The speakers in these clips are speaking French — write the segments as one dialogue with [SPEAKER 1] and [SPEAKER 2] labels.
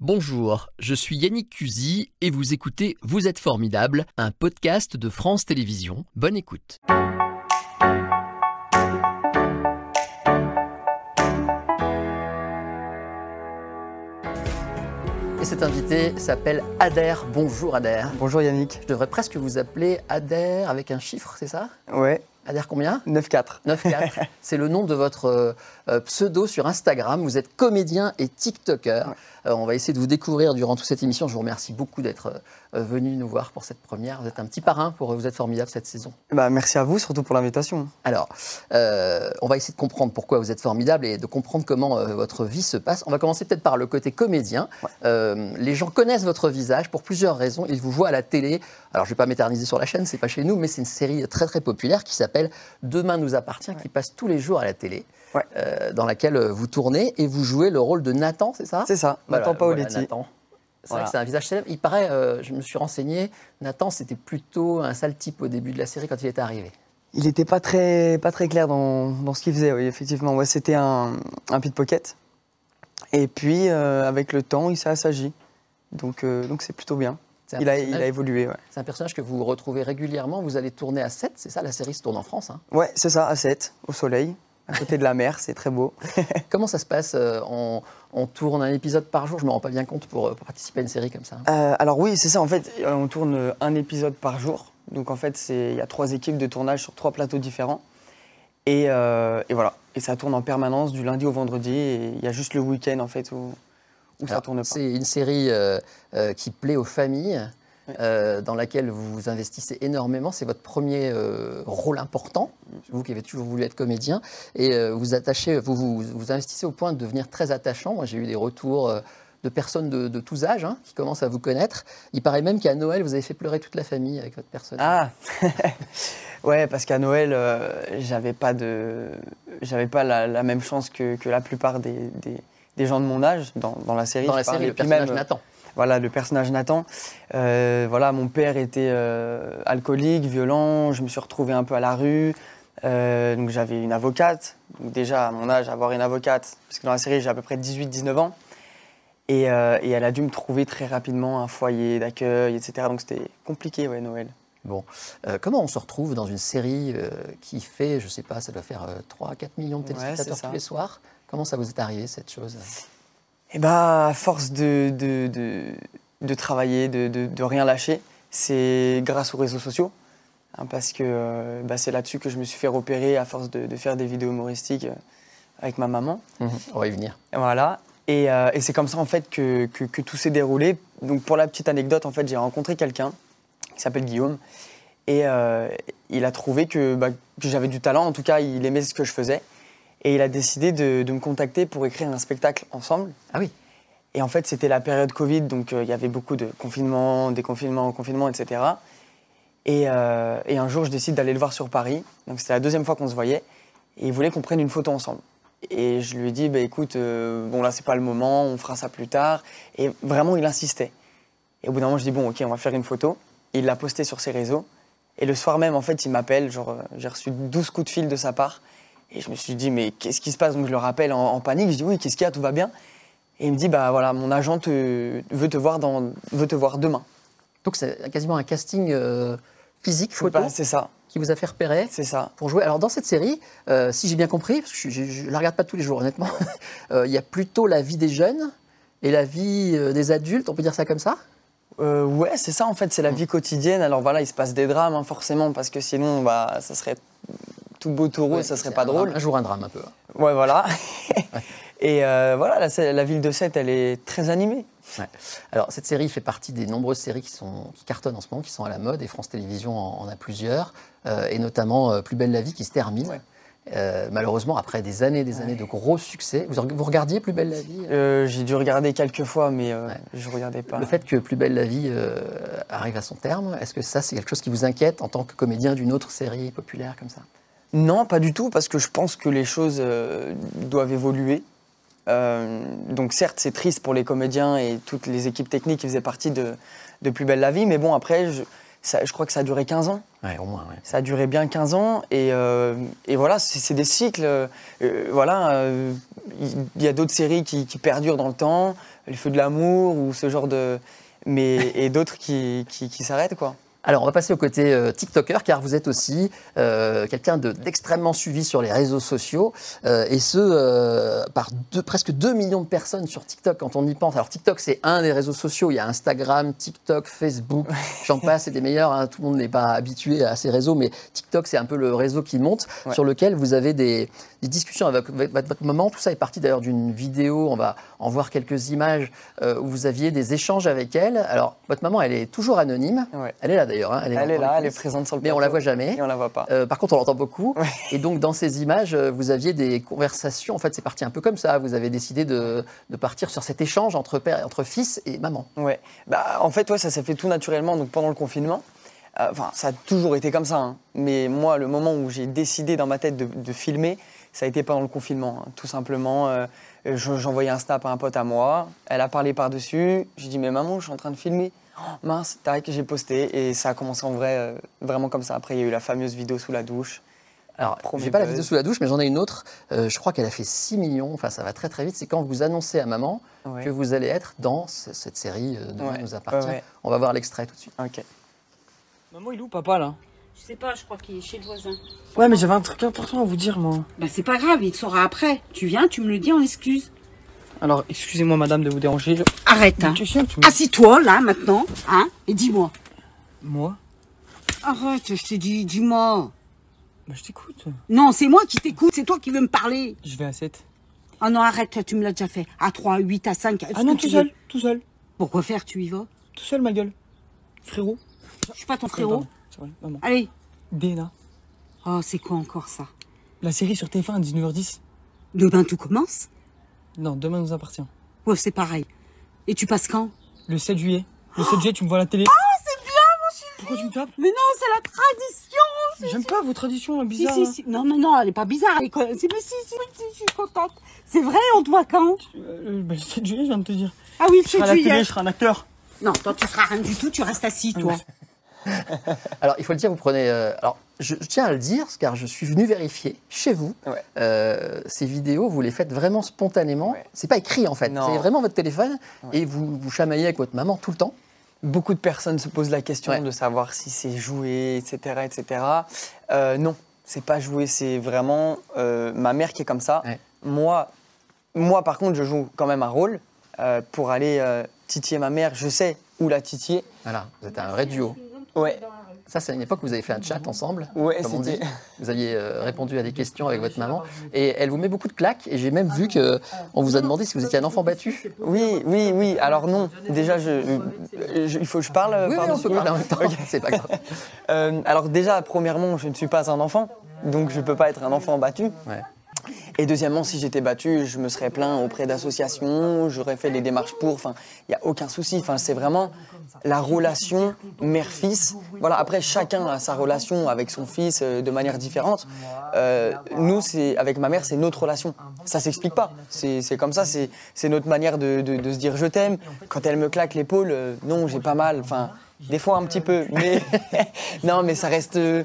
[SPEAKER 1] Bonjour, je suis Yannick Cusy et vous écoutez Vous êtes formidable, un podcast de France Télévisions. Bonne écoute. Et cet invité s'appelle Ader. Bonjour Ader.
[SPEAKER 2] Bonjour Yannick.
[SPEAKER 1] Je devrais presque vous appeler Ader avec un chiffre, c'est ça
[SPEAKER 2] Ouais,
[SPEAKER 1] Ader combien
[SPEAKER 2] 9-4.
[SPEAKER 1] 94. C'est le nom de votre euh, euh, pseudo sur Instagram. Vous êtes comédien et TikToker. Euh, on va essayer de vous découvrir durant toute cette émission. Je vous remercie beaucoup d'être euh, venu nous voir pour cette première. Vous êtes un petit parrain pour euh, Vous êtes formidable cette saison.
[SPEAKER 2] Bah, merci à vous surtout pour l'invitation.
[SPEAKER 1] Alors, euh, on va essayer de comprendre pourquoi vous êtes formidable et de comprendre comment euh, votre vie se passe. On va commencer peut-être par le côté comédien. Euh, les gens connaissent votre visage pour plusieurs raisons. Ils vous voient à la télé. Alors, je ne vais pas m'éterniser sur la chaîne, c'est pas chez nous, mais c'est une série très très populaire qui s'appelle Demain nous appartient, qui passe tous les jours à la télé,
[SPEAKER 2] Ouais.
[SPEAKER 1] euh, dans laquelle euh, vous tournez et vous jouez le rôle de Nathan, c'est ça
[SPEAKER 2] C'est ça,
[SPEAKER 1] Voilà,
[SPEAKER 2] Bah, Nathan
[SPEAKER 1] voilà,
[SPEAKER 2] Paoletti.
[SPEAKER 1] Nathan. C'est vrai
[SPEAKER 2] Voilà.
[SPEAKER 1] que c'est un visage célèbre. Il paraît, euh, je me suis renseigné, Nathan, c'était plutôt un sale type au début de la série quand il est arrivé.
[SPEAKER 2] Il n'était pas très, pas très clair dans, dans ce qu'il faisait, oui, effectivement. Ouais, C'était un, un pickpocket. Et puis, euh, avec le temps, il s'est assagi. Donc, euh, donc c'est plutôt bien.
[SPEAKER 1] C'est un
[SPEAKER 2] Il a, il
[SPEAKER 1] personnage-
[SPEAKER 2] a évolué, ouais.
[SPEAKER 1] C'est un personnage que vous retrouvez régulièrement. Vous allez tourner à 7, c'est ça La série se tourne en France. hein.
[SPEAKER 2] Ouais, c'est ça, à 7, au soleil, à côté de la mer, c'est très beau.
[SPEAKER 1] Comment ça se passe euh, on, on tourne un épisode par jour. Je me rends pas bien compte pour, euh, pour participer à une série comme ça.
[SPEAKER 2] Euh, alors oui, c'est ça. En fait, euh, on tourne euh, un épisode par jour. Donc en fait, c'est- il y a trois équipes de tournage sur trois plateaux différents. Et, euh, et voilà. Et ça tourne en permanence du lundi au vendredi. Et il y a juste le week-end en fait où, où ça
[SPEAKER 1] Alors,
[SPEAKER 2] tourne pas.
[SPEAKER 1] C'est une série euh, euh, qui plaît aux familles,
[SPEAKER 2] Ouais.
[SPEAKER 1] euh, dans laquelle vous vous investissez énormément. C'est votre premier euh, rôle important, vous qui avez toujours voulu être comédien, et euh, vous, attachez, vous, vous vous investissez au point de devenir très attachant. Moi, j'ai eu des retours. euh, de personnes de, de tous âges hein, qui commencent à vous connaître. Il paraît même qu'à Noël, vous avez fait pleurer toute la famille avec votre personnage.
[SPEAKER 2] Ah ouais, parce qu'à Noël, euh, j'avais pas de, j'avais pas la, la même chance que, que la plupart des, des- des gens de mon âge dans, dans la série.
[SPEAKER 1] dans
[SPEAKER 2] je
[SPEAKER 1] la
[SPEAKER 2] parle,
[SPEAKER 1] série,
[SPEAKER 2] et
[SPEAKER 1] le
[SPEAKER 2] puis
[SPEAKER 1] personnage
[SPEAKER 2] même, euh,
[SPEAKER 1] Nathan.
[SPEAKER 2] voilà le personnage Nathan. Euh, voilà, mon père était euh, alcoolique, violent. Je me suis retrouvé un peu à la rue. Euh, donc j'avais une avocate. Donc déjà à mon âge, avoir une avocate, parce que dans la série j'ai à peu près 18-19 ans. Et, euh, et elle a dû me trouver très rapidement un foyer d'accueil, etc. Donc c'était compliqué, ouais, Noël.
[SPEAKER 1] Euh, comment on se retrouve dans une série euh, qui fait, je sais pas, ça doit faire 3-4 millions de
[SPEAKER 2] Ouais,
[SPEAKER 1] téléspectateurs
[SPEAKER 2] c'est ça.
[SPEAKER 1] tous les soirs Comment ça vous est arrivé cette chose
[SPEAKER 2] Eh bah, à force de, de, de, de travailler, de, de, de rien lâcher, c'est grâce aux réseaux sociaux. hein, parce que euh, bah, c'est là-dessus que je me suis fait repérer à force de, de faire des vidéos humoristiques euh, avec ma maman.
[SPEAKER 1] On va y venir.
[SPEAKER 2] Voilà. Et, euh, et c'est comme ça en fait que, que, que tout s'est déroulé. Donc pour la petite anecdote, en fait, j'ai rencontré quelqu'un qui s'appelle Guillaume et euh, il a trouvé que, bah, que j'avais du talent. En tout cas, il aimait ce que je faisais et il a décidé de, de me contacter pour écrire un spectacle ensemble.
[SPEAKER 1] Ah oui.
[SPEAKER 2] Et en fait, c'était la période Covid, donc euh, il y avait beaucoup de confinements, déconfinements, confinements, etc. Et, euh, et un jour, je décide d'aller le voir sur Paris. Donc c'était la deuxième fois qu'on se voyait. Et il voulait qu'on prenne une photo ensemble. Et je lui ai dit, bah, écoute, euh, bon là, c'est pas le moment, on fera ça plus tard. Et vraiment, il insistait. Et au bout d'un moment, je dis, bon, ok, on va faire une photo. Et il l'a postée sur ses réseaux. Et le soir même, en fait, il m'appelle. Genre, euh, j'ai reçu 12 coups de fil de sa part. Et je me suis dit, mais qu'est-ce qui se passe Donc je le rappelle en, en panique. Je dis, oui, qu'est-ce qu'il y a Tout va bien et il me dit, bah voilà, mon agent te- veut, te voir dans, veut te voir demain.
[SPEAKER 1] Donc c'est quasiment un casting euh, physique, photo,
[SPEAKER 2] Bah, c'est ça,
[SPEAKER 1] qui vous a fait repérer
[SPEAKER 2] c'est ça.
[SPEAKER 1] pour jouer. Alors dans cette série, euh, si j'ai bien compris, parce que je- je ne la regarde pas tous les jours honnêtement, euh, il y a plutôt la vie des jeunes et la vie euh, des adultes, on peut dire ça comme ça
[SPEAKER 2] Euh, ouais, c'est ça en fait,
[SPEAKER 1] Hmm.
[SPEAKER 2] c'est la vie quotidienne. Alors voilà, il se passe des drames hein, forcément, parce que sinon, bah, ça serait tout beau, tout rose,
[SPEAKER 1] Ouais,
[SPEAKER 2] ça serait
[SPEAKER 1] c'est
[SPEAKER 2] pas
[SPEAKER 1] un
[SPEAKER 2] drôle.
[SPEAKER 1] drame, Un jour un drame un peu. hein.
[SPEAKER 2] Ouais, voilà. Et euh, voilà, la, c'est- la ville de Sète, elle est très animée.
[SPEAKER 1] Alors, cette série fait partie des nombreuses séries qui, sont, qui cartonnent en ce moment, qui sont à la mode, et France Télévisions en, en a plusieurs, euh, et notamment euh, Plus belle la vie qui se termine.
[SPEAKER 2] Ouais.
[SPEAKER 1] Euh, malheureusement, après des années et des années de gros succès, vous, en- vous regardiez Plus belle la vie euh,
[SPEAKER 2] Euh, J'ai dû regarder quelques fois, mais euh,
[SPEAKER 1] Ouais.
[SPEAKER 2] je regardais pas.
[SPEAKER 1] Le fait que Plus belle la vie euh, arrive à son terme, est-ce que ça, c'est quelque chose qui vous inquiète en tant que comédien d'une autre série populaire comme ça
[SPEAKER 2] Non, pas du tout, parce que je pense que les choses euh, doivent évoluer. Euh, donc certes, c'est triste pour les comédiens et toutes les équipes techniques qui faisaient partie de, de Plus belle la vie, mais bon, après, je, ça- je crois que ça a duré 15 ans.
[SPEAKER 1] Ouais, au moins, ouais.
[SPEAKER 2] Ça a duré bien 15 ans et, euh, et voilà, c'est c'est des cycles. euh, euh, voilà, euh, il il y, a d'autres séries qui, qui perdurent dans le temps, Les Feux de l'amour ou ce genre de. Mais, et d'autres qui, qui, qui s'arrêtent, quoi.
[SPEAKER 1] Alors, on va passer au côté euh, TikToker, car vous êtes aussi euh, quelqu'un de- d'extrêmement suivi sur les réseaux sociaux, euh, et ce, euh, par deux- presque 2 millions de personnes sur TikTok, quand on y pense. Alors, TikTok, c'est un des réseaux sociaux. Il y a Instagram, TikTok, Facebook, j'en passe, c'est des meilleurs. hein. Tout le monde n'est pas habitué à ces réseaux, mais TikTok, c'est un peu le réseau qui monte,
[SPEAKER 2] Ouais.
[SPEAKER 1] sur lequel vous avez des, des discussions avec, avec votre maman. Tout ça est parti d'ailleurs d'une vidéo, on va en voir quelques images, euh, où vous aviez des échanges avec elle. Alors, votre maman, elle est toujours anonyme.
[SPEAKER 2] Ouais.
[SPEAKER 1] Elle est là d'ailleurs. hein,
[SPEAKER 2] Elle est
[SPEAKER 1] dans les
[SPEAKER 2] là, elle est
[SPEAKER 1] coulisses.
[SPEAKER 2] présente sur le
[SPEAKER 1] Mais on la
[SPEAKER 2] plateau.
[SPEAKER 1] voit jamais.
[SPEAKER 2] Et on la voit pas.
[SPEAKER 1] Euh, par contre, on l'entend beaucoup. Et donc, dans ces images, euh, vous aviez des conversations. En fait, c'est parti un peu comme ça. Vous avez décidé de, de partir sur cet échange entre, père, entre fils et maman.
[SPEAKER 2] Ouais. Bah, en fait, ouais, ça s'est fait tout naturellement. Donc pendant le confinement, euh, enfin, ça a toujours été comme ça. hein. Mais moi, le moment où j'ai décidé dans ma tête de, de filmer, ça a été pendant le confinement, hein. tout simplement. euh, euh, je- J'envoyais un snap à un pote à moi. Elle a parlé par dessus. J'ai dit mais maman, je suis en train de filmer. Oh, mince, t'as que j'ai posté et ça a commencé en vrai, euh, vraiment comme ça. Après, il y a eu la fameuse vidéo sous la douche.
[SPEAKER 1] Alors,
[SPEAKER 2] Premier
[SPEAKER 1] j'ai pas la
[SPEAKER 2] buzz.
[SPEAKER 1] vidéo sous la douche, mais j'en ai une autre. Euh, je crois qu'elle a fait 6 millions. Enfin, ça va très très vite. C'est quand vous annoncez à maman
[SPEAKER 2] Ouais.
[SPEAKER 1] que vous allez être dans ce- cette série euh, Demain
[SPEAKER 2] Ouais.
[SPEAKER 1] nous appartient.
[SPEAKER 2] Ouais, ouais.
[SPEAKER 1] On va voir l'extrait tout de suite.
[SPEAKER 2] Ok.
[SPEAKER 3] Maman, il est où papa là
[SPEAKER 4] Je sais pas, je crois qu'il est chez le voisin.
[SPEAKER 3] Ouais, mais j'avais un truc important à vous dire, moi.
[SPEAKER 4] Bah c'est pas grave, il te saura après. Tu viens, tu me le dis en excuse.
[SPEAKER 3] Alors, excusez-moi, madame, de vous déranger. Je-
[SPEAKER 4] Arrête, hein.
[SPEAKER 3] Tu sais, tu me-
[SPEAKER 1] Ah.
[SPEAKER 4] Assis-toi là maintenant, hein, et dis-moi.
[SPEAKER 3] Moi
[SPEAKER 4] Arrête, je t'ai dit, dis-moi.
[SPEAKER 3] Bah, je t'écoute.
[SPEAKER 4] Non, c'est moi qui t'écoute, c'est toi qui veux me parler.
[SPEAKER 3] Je vais à 7.
[SPEAKER 4] Ah non, arrête, tu me l'as déjà fait. À 3, à 8, à 5.
[SPEAKER 3] Ah non, tout seul, tout seul,
[SPEAKER 4] Pourquoi faire, tu y vas
[SPEAKER 3] tout seul, ma gueule. Frérot. Ah,
[SPEAKER 4] Je suis pas ton
[SPEAKER 3] Pardon,
[SPEAKER 4] frérot.
[SPEAKER 3] C'est vrai, maman.
[SPEAKER 4] Allez.
[SPEAKER 3] Dena.
[SPEAKER 4] Oh, c'est quoi encore ça
[SPEAKER 3] La série sur TF1 à 19h10.
[SPEAKER 4] Demain tout commence
[SPEAKER 3] Non, demain nous appartient.
[SPEAKER 4] Ouais, c'est pareil. Et tu passes quand
[SPEAKER 3] Le 7 juillet. Le 7 juillet, tu me vois à la télé. Ah, c'est bien, mon chéri Pourquoi tu me tapes
[SPEAKER 4] Mais non, c'est la tradition
[SPEAKER 3] J'aime pas vos traditions, hein,
[SPEAKER 4] Si,
[SPEAKER 3] bizarres.
[SPEAKER 4] si, si. Non, non, non, elle est pas bizarre. Elle est... co- c'est- Mais si, si, si, je suis contente. C'est vrai, on te voit quand
[SPEAKER 3] hein. Euh, bah, le 7 juillet, je viens de te dire.
[SPEAKER 4] Ah oui,
[SPEAKER 3] Je serai à
[SPEAKER 4] c'est
[SPEAKER 3] la télé,
[SPEAKER 4] juillet.
[SPEAKER 3] je serai un acteur.
[SPEAKER 4] Non, toi, tu seras rien du tout, tu restes assis, toi.
[SPEAKER 1] Alors, il faut le dire, vous prenez. euh, alors, je, je tiens à le dire, car je suis venu vérifier chez vous.
[SPEAKER 2] Ouais.
[SPEAKER 1] Euh, ces vidéos, vous les faites vraiment spontanément.
[SPEAKER 2] Ouais.
[SPEAKER 1] C'est pas écrit en fait.
[SPEAKER 2] Non.
[SPEAKER 1] C'est vraiment votre téléphone et vous vous chamaillez avec votre maman tout le temps.
[SPEAKER 2] Beaucoup de personnes se posent la question
[SPEAKER 1] Ouais.
[SPEAKER 2] de savoir si c'est joué, etc. etc. Euh, non, c'est pas joué, c'est vraiment euh, ma mère qui est comme ça.
[SPEAKER 1] Ouais.
[SPEAKER 2] Moi, moi, par contre, je joue quand même un rôle euh, pour aller euh, titiller ma mère. Je sais où la titiller.
[SPEAKER 1] Voilà, vous êtes un vrai duo.
[SPEAKER 2] Ouais,
[SPEAKER 1] Ça, c'est une époque où vous avez fait un chat ensemble.
[SPEAKER 2] ouais,
[SPEAKER 1] comme on dit.
[SPEAKER 2] c'était-
[SPEAKER 1] Vous aviez euh, répondu à des questions avec votre maman et elle vous met beaucoup de claques. Et j'ai même vu que euh, on vous a demandé si vous étiez un enfant battu.
[SPEAKER 2] Oui, oui, oui. Alors non, déjà, je, je- il faut que je parle. euh,
[SPEAKER 1] Oui, oui, on
[SPEAKER 2] par-dessus
[SPEAKER 1] peut parler en même temps.
[SPEAKER 2] Ok.
[SPEAKER 1] C'est pas grave.
[SPEAKER 2] Euh, alors déjà, premièrement, je ne suis pas un enfant, donc je ne peux pas être un enfant battu.
[SPEAKER 1] Ouais.
[SPEAKER 2] Et deuxièmement, si j'étais battu, je me serais plaint auprès d'associations, j'aurais fait les démarches pour. Enfin, il n'y a aucun souci. Enfin, c'est vraiment la relation mère-fils. Voilà. Après, chacun a sa relation avec son fils euh, de manière différente. Euh, nous, c'est avec ma mère, c'est notre relation. Ça s'explique pas. C'est c'est comme ça. C'est c'est notre manière de, de- de se dire je t'aime. Quand elle me claque l'épaule, euh, non, j'ai pas mal. Enfin, des fois un petit peu, mais non, mais ça reste. euh,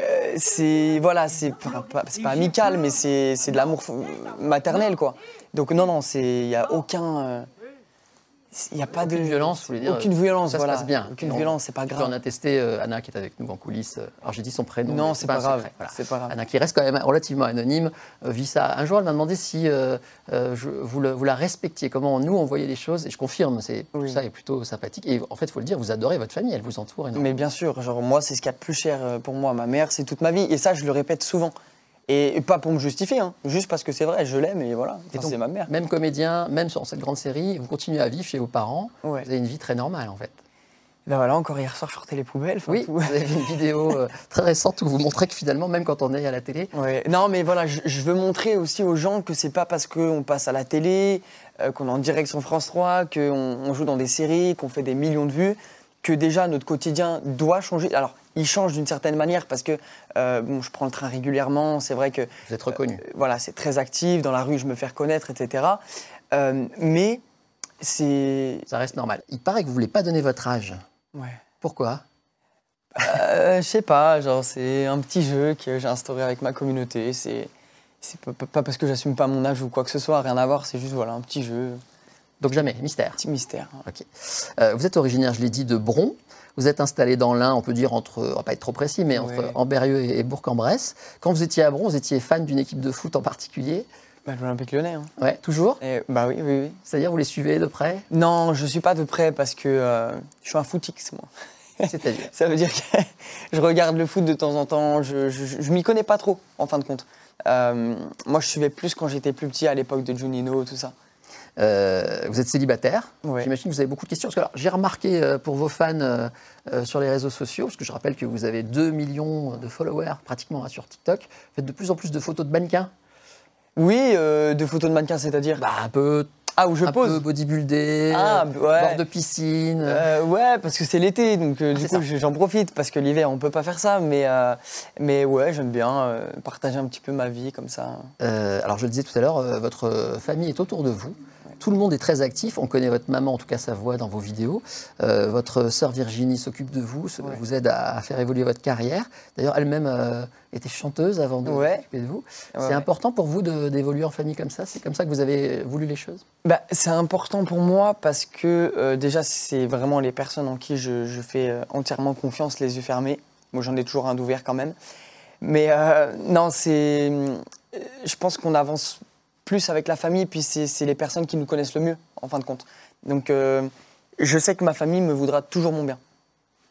[SPEAKER 2] euh, c'est voilà, c'est pas, pas- c'est pas amical, mais c'est c'est de l'amour fou- maternel quoi. Donc non non, c'est il y a aucun, euh, il y a pas de
[SPEAKER 1] Aucune violence, vous voulez dire,
[SPEAKER 2] Aucune violence,
[SPEAKER 1] ça se
[SPEAKER 2] voilà.
[SPEAKER 1] passe bien.
[SPEAKER 2] Aucune
[SPEAKER 1] On-
[SPEAKER 2] violence, c'est pas
[SPEAKER 1] Je peux en
[SPEAKER 2] grave.
[SPEAKER 1] attester euh, Anna qui est avec nous en coulisses. Euh, Alors j'ai dit son prénom.
[SPEAKER 2] Non,
[SPEAKER 1] mais
[SPEAKER 2] c'est
[SPEAKER 1] un
[SPEAKER 2] pas grave,
[SPEAKER 1] secret, voilà.
[SPEAKER 2] c'est pas grave.
[SPEAKER 1] Anna qui reste quand même relativement anonyme euh, vit ça. Un jour, elle m'a demandé si euh, euh, je- vous, le- vous la respectiez, comment nous on voyait les choses. Et je confirme, c'est
[SPEAKER 2] Oui.
[SPEAKER 1] ça est plutôt sympathique. Et en fait, il faut le dire, vous adorez votre famille, elle vous entoure énormément.
[SPEAKER 2] Mais bien sûr, genre moi c'est ce qu'il y a de plus cher euh, pour moi, ma mère, c'est toute ma vie et ça je le répète souvent. Et pas pour me justifier, hein, juste parce que c'est vrai, je l'aime et voilà, Enfin,
[SPEAKER 1] donc,
[SPEAKER 2] c'est ma mère.
[SPEAKER 1] Même comédien, même sur cette grande série, vous continuez à vivre chez vos parents.
[SPEAKER 2] Ouais.
[SPEAKER 1] Vous avez une vie très normale en fait.
[SPEAKER 2] Ben voilà, encore hier soir je sortais les poubelles. enfin,
[SPEAKER 1] Oui,
[SPEAKER 2] tout.
[SPEAKER 1] vous avez une vidéo euh, très récente où vous montrez que finalement, même quand on est à la télé,
[SPEAKER 2] Ouais. Non, mais voilà, je, je veux montrer aussi aux gens que c'est pas parce qu'on passe à la télé, euh, qu'on est en direct sur France 3, qu'on on joue dans des séries, qu'on fait des millions de vues, que déjà notre quotidien doit changer. Alors, il change d'une certaine manière parce que euh, bon, je prends le train régulièrement, c'est vrai que
[SPEAKER 1] vous êtes reconnu.
[SPEAKER 2] euh, voilà, c'est très actif, dans la rue je me fais reconnaître, etc. Euh, mais c'est.
[SPEAKER 1] Ça reste normal. Il paraît que vous voulez pas donner votre âge.
[SPEAKER 2] Ouais.
[SPEAKER 1] Pourquoi
[SPEAKER 2] Euh, je sais pas, genre c'est un petit jeu que j'ai instauré avec ma communauté. C'est c'est pas, pas- pas parce que j'assume pas mon âge ou quoi que ce soit, rien à voir. C'est juste voilà un petit jeu,
[SPEAKER 1] Donc jamais, mystère.
[SPEAKER 2] petit mystère. hein.
[SPEAKER 1] Euh, vous êtes originaire, je l'ai dit, de Bron. Vous êtes installé dans l'Ain, on peut dire entre, on va pas être trop précis, mais entre
[SPEAKER 2] Ouais.
[SPEAKER 1] Amberieu et et Bourg-en-Bresse. Quand vous étiez à Bron, vous étiez fan d'une équipe de foot en particulier.
[SPEAKER 2] Bah, L'Olympique Lyonnais. hein.
[SPEAKER 1] Ouais, toujours.
[SPEAKER 2] Et, bah oui, oui, oui.
[SPEAKER 1] C'est-à-dire vous les suivez de près.
[SPEAKER 2] Non, je suis pas de près parce que euh, je suis un footix moi.
[SPEAKER 1] C'est-à-dire.
[SPEAKER 2] Ça veut dire que je regarde le foot de temps en temps, je, je, je- je m'y connais pas trop en fin de compte. Euh, moi je suivais plus quand j'étais plus petit à l'époque de Juninho, tout ça.
[SPEAKER 1] Euh, vous êtes célibataire.
[SPEAKER 2] Ouais.
[SPEAKER 1] J'imagine que vous avez beaucoup de questions. Parce que alors, j'ai remarqué euh, pour vos fans euh, euh, sur les réseaux sociaux, parce que je rappelle que vous avez 2 millions de followers pratiquement hein, sur TikTok, vous faites de plus en plus de photos de mannequins.
[SPEAKER 2] Oui, euh, de photos de mannequins, c'est-à-dire.
[SPEAKER 1] Bah, un peu,
[SPEAKER 2] ah, où je
[SPEAKER 1] un peu
[SPEAKER 2] pose
[SPEAKER 1] bodybuildé,
[SPEAKER 2] Ah,
[SPEAKER 1] euh,
[SPEAKER 2] ouais.
[SPEAKER 1] bord de piscine.
[SPEAKER 2] Euh, ouais, parce que c'est l'été, donc euh, du
[SPEAKER 1] Ah, c'est
[SPEAKER 2] coup
[SPEAKER 1] ça.
[SPEAKER 2] je- j'en profite parce que l'hiver on peut pas faire ça, mais euh, mais ouais j'aime bien euh, partager un petit peu ma vie comme ça.
[SPEAKER 1] Euh, alors, je le disais tout à l'heure, euh, votre euh, famille est autour de vous. Tout le monde est très actif. On connaît votre maman, en tout cas sa voix dans vos vidéos. Euh, votre sœur Virginie s'occupe de vous, se-
[SPEAKER 2] Ouais.
[SPEAKER 1] vous aide à, à faire évoluer votre carrière. D'ailleurs, elle-même euh, était chanteuse avant de
[SPEAKER 2] Ouais.
[SPEAKER 1] s'occuper de vous.
[SPEAKER 2] Ouais,
[SPEAKER 1] c'est
[SPEAKER 2] ouais.
[SPEAKER 1] important pour vous de- d'évoluer en famille comme ça C'est comme ça que vous avez voulu les choses
[SPEAKER 2] Bah, c'est important pour moi parce que euh, déjà, c'est vraiment les personnes en qui je, je fais euh, entièrement confiance, les yeux fermés. Moi, j'en ai toujours un d'ouvert quand même. Mais euh, non, c'est. euh, Je pense qu'on avance plus avec la famille, puis c'est c'est les personnes qui nous connaissent le mieux, en fin de compte. Donc, euh, je sais que ma famille me voudra toujours mon bien.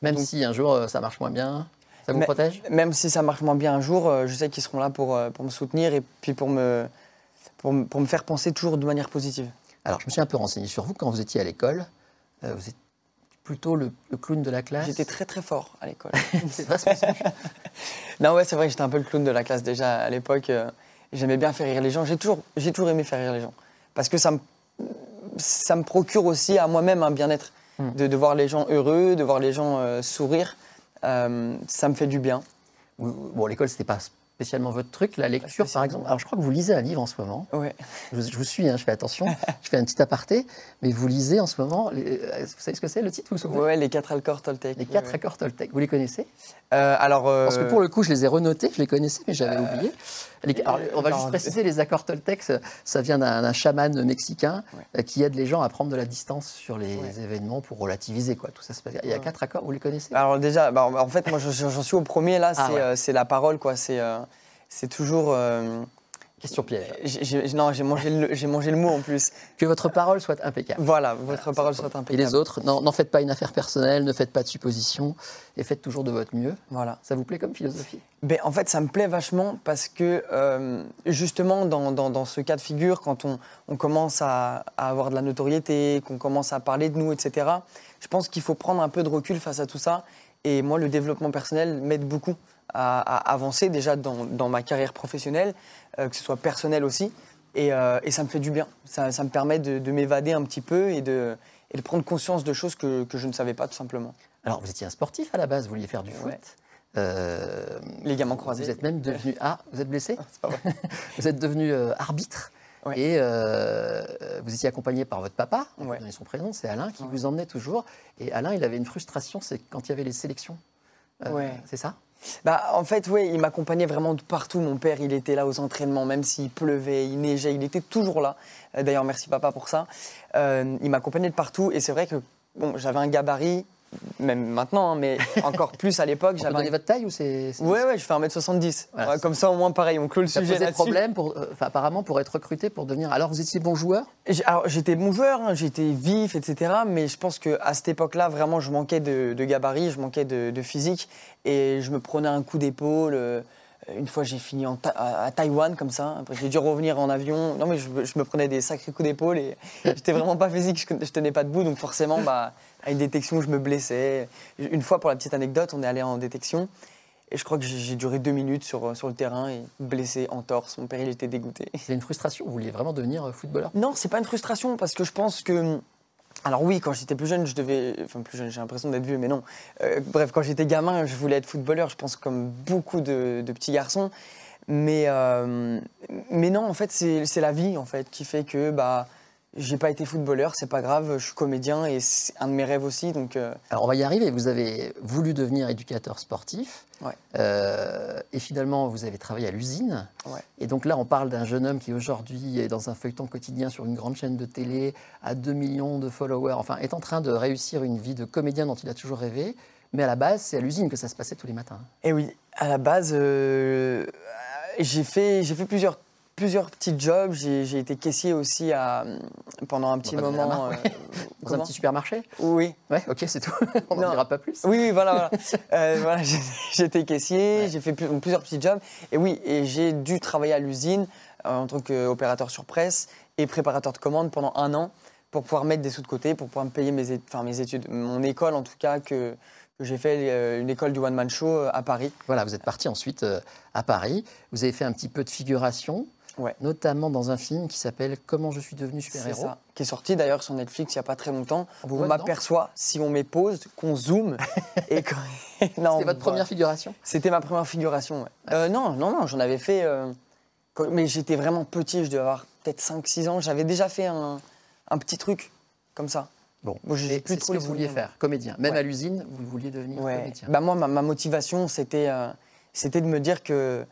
[SPEAKER 1] Même
[SPEAKER 2] Donc-
[SPEAKER 1] si un jour euh, ça marche moins bien, ça vous
[SPEAKER 2] Mais-
[SPEAKER 1] protège
[SPEAKER 2] Même si ça marche moins bien un jour, euh, je sais qu'ils seront là pour, euh, pour me soutenir et puis pour me, pour, me- pour me faire penser toujours de manière positive.
[SPEAKER 1] Alors, je me suis un peu renseigné sur vous. Quand vous étiez à l'école, euh, vous étiez plutôt le, le clown de la classe.
[SPEAKER 2] J'étais très très fort à l'école.
[SPEAKER 1] C'est vrai ce mensonge
[SPEAKER 2] Non, ouais, c'est vrai que j'étais un peu le clown de la classe déjà à l'époque. euh, J'aimais bien faire rire les gens. J'ai toujours, j'ai toujours aimé faire rire les gens. Parce que ça me, ça me procure aussi à moi-même un bien-être.
[SPEAKER 1] Mm.
[SPEAKER 2] De, de voir les gens heureux, de voir les gens euh, sourire, euh, ça me fait du bien.
[SPEAKER 1] Vous- vous- Bon, l'école, c'était pas spécialement votre truc. La lecture, par
[SPEAKER 2] spécialement.
[SPEAKER 1] exemple. Alors, je crois que vous lisez un livre en ce moment.
[SPEAKER 2] Ouais.
[SPEAKER 1] Je vous, je vous suis, hein, je fais attention. je fais un petit aparté. Mais vous lisez en ce moment. les- euh, vous savez ce que c'est, le titre Vous vous souvenez
[SPEAKER 2] Ouais, les quatre alcors Toltec.
[SPEAKER 1] Les
[SPEAKER 2] ouais,
[SPEAKER 1] quatre
[SPEAKER 2] ouais.
[SPEAKER 1] accords Toltec. Vous les connaissez
[SPEAKER 2] Euh, alors, euh, Euh,
[SPEAKER 1] Parce que pour le coup, je les ai renotés. Je les connaissais, mais j'avais oublié. Les- alors, on va
[SPEAKER 2] non,
[SPEAKER 1] juste préciser les accords Toltec, ça, ça vient d'un d'un chaman mexicain
[SPEAKER 2] Ouais.
[SPEAKER 1] euh, qui aide les gens à prendre de la distance sur les
[SPEAKER 2] Ouais.
[SPEAKER 1] événements pour relativiser. Quoi. Tout ça, c'est pas- Il y a
[SPEAKER 2] Ouais.
[SPEAKER 1] quatre accords, vous les connaissez
[SPEAKER 2] alors déjà, bah, en fait, moi, je- je- j'en suis au premier là.
[SPEAKER 1] Ah,
[SPEAKER 2] c'est
[SPEAKER 1] ouais.
[SPEAKER 2] euh, c'est la parole, quoi. C'est, euh, c'est toujours. euh,
[SPEAKER 1] Question piège.
[SPEAKER 2] j'ai- j'ai- non, j'ai mangé, le- j'ai mangé le mot en plus.
[SPEAKER 1] Que votre parole soit impeccable.
[SPEAKER 2] Voilà, votre parole soit
[SPEAKER 1] Et
[SPEAKER 2] impeccable.
[SPEAKER 1] les autres, non, n'en faites pas une affaire personnelle, ne faites pas de suppositions et faites toujours de votre mieux.
[SPEAKER 2] Voilà.
[SPEAKER 1] Ça vous plaît comme philosophie
[SPEAKER 2] Ben, en fait, ça me plaît vachement parce que euh, justement, dans, dans- dans ce cas de figure, quand on, on commence à, à avoir de la notoriété, qu'on commence à parler de nous, etc., je pense qu'il faut prendre un peu de recul face à tout ça. Et moi, le développement personnel m'aide beaucoup à, à avancer déjà dans, dans ma carrière professionnelle, euh, que ce soit personnelle aussi. Et, euh, et ça me fait du bien. Ça, ça me permet de, de m'évader un petit peu et de, et de prendre conscience de choses que, que je ne savais pas, tout simplement.
[SPEAKER 1] Alors, vous étiez un sportif à la base, vous vouliez faire du foot.
[SPEAKER 2] Ouais.
[SPEAKER 1] Euh,
[SPEAKER 2] Ligaments croisés.
[SPEAKER 1] Vous êtes même devenu. Ah, vous êtes blessé
[SPEAKER 2] C'est pas vrai.
[SPEAKER 1] Vous êtes devenu euh, arbitre
[SPEAKER 2] Ouais.
[SPEAKER 1] et euh, vous étiez accompagné par votre papa, on peut
[SPEAKER 2] Ouais.
[SPEAKER 1] donner son prénom, c'est Alain, qui
[SPEAKER 2] Ouais.
[SPEAKER 1] vous emmenait toujours. Et Alain, il avait une frustration, c'est quand il y avait les sélections. Euh,
[SPEAKER 2] Ouais.
[SPEAKER 1] C'est ça
[SPEAKER 2] Bah, en fait, oui, il m'accompagnait vraiment de partout. Mon père, il était là aux entraînements, même s'il pleuvait, il neigeait, il était toujours là. Euh, D'ailleurs, merci papa pour ça. Euh, il m'accompagnait de partout. Et c'est vrai que bon, j'avais un gabarit, même maintenant, hein, mais encore plus à l'époque.
[SPEAKER 1] On peut
[SPEAKER 2] J'avais
[SPEAKER 1] donner
[SPEAKER 2] un...
[SPEAKER 1] votre taille ou c'est. c'est-
[SPEAKER 2] Ouais, ouais, je fais 1m70.
[SPEAKER 1] Voilà,
[SPEAKER 2] Ouais,
[SPEAKER 1] c'est-
[SPEAKER 2] comme ça, au moins, pareil, on clôt le
[SPEAKER 1] Ça
[SPEAKER 2] sujet
[SPEAKER 1] posait
[SPEAKER 2] là-dessus.
[SPEAKER 1] problème, pour, euh, enfin, apparemment, pour être recruté, pour devenir. Alors, vous étiez bon joueur
[SPEAKER 2] J'ai- Alors, j'étais bon joueur, hein, j'étais vif, etc. Mais je pense qu'à cette époque-là, vraiment, je manquais de, de gabarit, je manquais de, de physique. Et je me prenais un coup d'épaule. euh, Une fois, j'ai fini en Ta- à à Taïwan, comme ça. Après, j'ai dû revenir en avion. Non, mais je, me- je me prenais des sacrés coups d'épaule et j'étais vraiment pas physique, je, je tenais pas debout. Donc, forcément, bah, à une détection, je me blessais. Une fois, pour la petite anecdote, on est allé en détection. Et je crois que j'ai j'ai duré deux minutes sur, sur le terrain et blessé en torse. Mon père, il était dégoûté.
[SPEAKER 1] C'est une frustration, vous vouliez vraiment devenir euh, footballeur
[SPEAKER 2] Non, c'est pas une frustration parce que je pense que. Alors oui, quand j'étais plus jeune, je devais. Enfin, plus jeune, j'ai l'impression d'être vieux, mais non. Euh, bref, quand j'étais gamin, je voulais être footballeur, je pense, comme beaucoup de, de petits garçons. Mais, euh, mais non, en fait, c'est c'est la vie, en fait, qui fait que bah, J'ai pas été footballeur, c'est pas grave, je suis comédien et c'est un de mes rêves aussi. Donc, euh,
[SPEAKER 1] Alors on va y arriver. Vous avez voulu devenir éducateur sportif.
[SPEAKER 2] Ouais.
[SPEAKER 1] Euh, et finalement, vous avez travaillé à l'usine.
[SPEAKER 2] Ouais.
[SPEAKER 1] Et donc là, on parle d'un jeune homme qui aujourd'hui est dans un feuilleton quotidien sur une grande chaîne de télé, à 2 millions de followers, enfin, est en train de réussir une vie de comédien dont il a toujours rêvé. Mais à la base, c'est à l'usine que ça se passait tous les matins.
[SPEAKER 2] Eh oui, à la base, euh, j'ai fait, j'ai fait plusieurs, plusieurs petits jobs. J'ai j'ai été caissier aussi à, pendant un petit
[SPEAKER 1] va donner la
[SPEAKER 2] moment.
[SPEAKER 1] marque, ouais.
[SPEAKER 2] euh,
[SPEAKER 1] bah, Dans
[SPEAKER 2] comment
[SPEAKER 1] un petit supermarché
[SPEAKER 2] Oui,
[SPEAKER 1] Ouais, ok, c'est tout. on n'en
[SPEAKER 2] Non.
[SPEAKER 1] dira pas plus.
[SPEAKER 2] oui, oui, voilà. voilà. Euh, voilà, j'ai- J'étais caissier, j'ai fait plus- donc plusieurs petits jobs. Et oui, et j'ai dû travailler à l'usine euh, en tant qu'opérateur sur presse et préparateur de commandes pendant un an pour pouvoir mettre des sous de côté, pour pouvoir me payer mes, é- enfin, mes études, mon école en tout cas, que, que j'ai fait euh, une école du one-man show euh, à Paris.
[SPEAKER 1] Voilà, vous êtes parti ensuite euh, à Paris. Vous avez fait un petit peu de figuration,
[SPEAKER 2] Ouais.
[SPEAKER 1] notamment dans un film qui s'appelle Comment je suis devenu
[SPEAKER 2] C'est
[SPEAKER 1] super-héros.
[SPEAKER 2] ça. Qui est sorti d'ailleurs sur Netflix il n'y a pas très longtemps.
[SPEAKER 1] On vous
[SPEAKER 2] On
[SPEAKER 1] voit dedans
[SPEAKER 2] m'aperçoit, si on met pause, qu'on zoome. et quand... Non,
[SPEAKER 1] C'était
[SPEAKER 2] voilà.
[SPEAKER 1] votre première figuration
[SPEAKER 2] C'était ma première figuration. ouais. Euh, non, non, non, j'en avais fait. euh, quand- Mais j'étais vraiment petit, je devais avoir peut-être 5-6 ans. J'avais déjà fait un, un petit truc comme ça.
[SPEAKER 1] Bon,
[SPEAKER 2] Bon, j'ai
[SPEAKER 1] et
[SPEAKER 2] plus
[SPEAKER 1] c'est
[SPEAKER 2] trop
[SPEAKER 1] ce que
[SPEAKER 2] les
[SPEAKER 1] vous vouliez
[SPEAKER 2] souvenirs.
[SPEAKER 1] faire, comédien. Même
[SPEAKER 2] Ouais.
[SPEAKER 1] à l'usine, vous vouliez devenir
[SPEAKER 2] Ouais.
[SPEAKER 1] comédien.
[SPEAKER 2] Bah, moi, ma, ma motivation, c'était euh, c'était de me dire que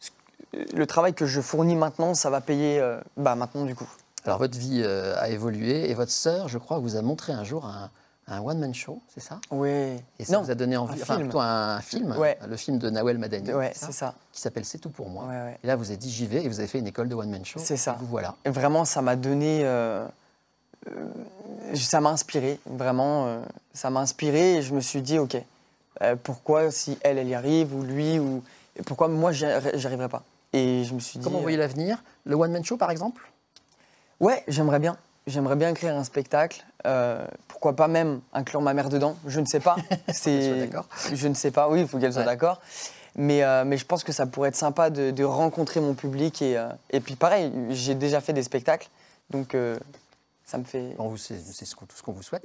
[SPEAKER 2] ce- euh, le travail que je fournis maintenant, ça va payer euh, bah, maintenant du coup.
[SPEAKER 1] Alors votre vie euh, a évolué et votre sœur, je crois, vous a montré un jour un, un one-man show, c'est ça
[SPEAKER 2] Oui.
[SPEAKER 1] Et ça
[SPEAKER 2] Non,
[SPEAKER 1] vous a donné envie,
[SPEAKER 2] un
[SPEAKER 1] enfin
[SPEAKER 2] film.
[SPEAKER 1] plutôt un film, hein,
[SPEAKER 2] Ouais.
[SPEAKER 1] le film de Nawel Madani,
[SPEAKER 2] ouais,
[SPEAKER 1] c'est ça
[SPEAKER 2] c'est ça.
[SPEAKER 1] qui s'appelle C'est tout pour moi.
[SPEAKER 2] Ouais, ouais.
[SPEAKER 1] Et là, vous avez dit j'y vais et vous avez fait une école de one-man show.
[SPEAKER 2] C'est ça.
[SPEAKER 1] Et vous voilà.
[SPEAKER 2] Et Vraiment, ça m'a donné. euh, euh, ça m'a inspiré, vraiment. euh, ça m'a inspiré et je me suis dit, OK, euh, pourquoi si elle, elle y arrive, ou lui, ou. et Pourquoi moi, j'y arri- j'y arriverais pas Et je me suis dit.
[SPEAKER 1] Comment vous
[SPEAKER 2] euh,
[SPEAKER 1] voyez l'avenir Le one-man show, par exemple
[SPEAKER 2] Ouais, j'aimerais bien. J'aimerais bien créer un spectacle. euh, pourquoi pas même inclure ma mère dedans Je ne sais pas.
[SPEAKER 1] soit
[SPEAKER 2] C'est.
[SPEAKER 1] d'accord.
[SPEAKER 2] je ne sais pas. Oui, il faut qu'elle soit
[SPEAKER 1] Ouais.
[SPEAKER 2] d'accord. Mais, euh, mais je pense que ça pourrait être sympa de, de rencontrer mon public et, euh, et puis pareil, j'ai déjà fait des spectacles, donc euh, ça me fait.
[SPEAKER 1] Bon, vous, C'est c'est ce qu'on- tout ce qu'on vous souhaite.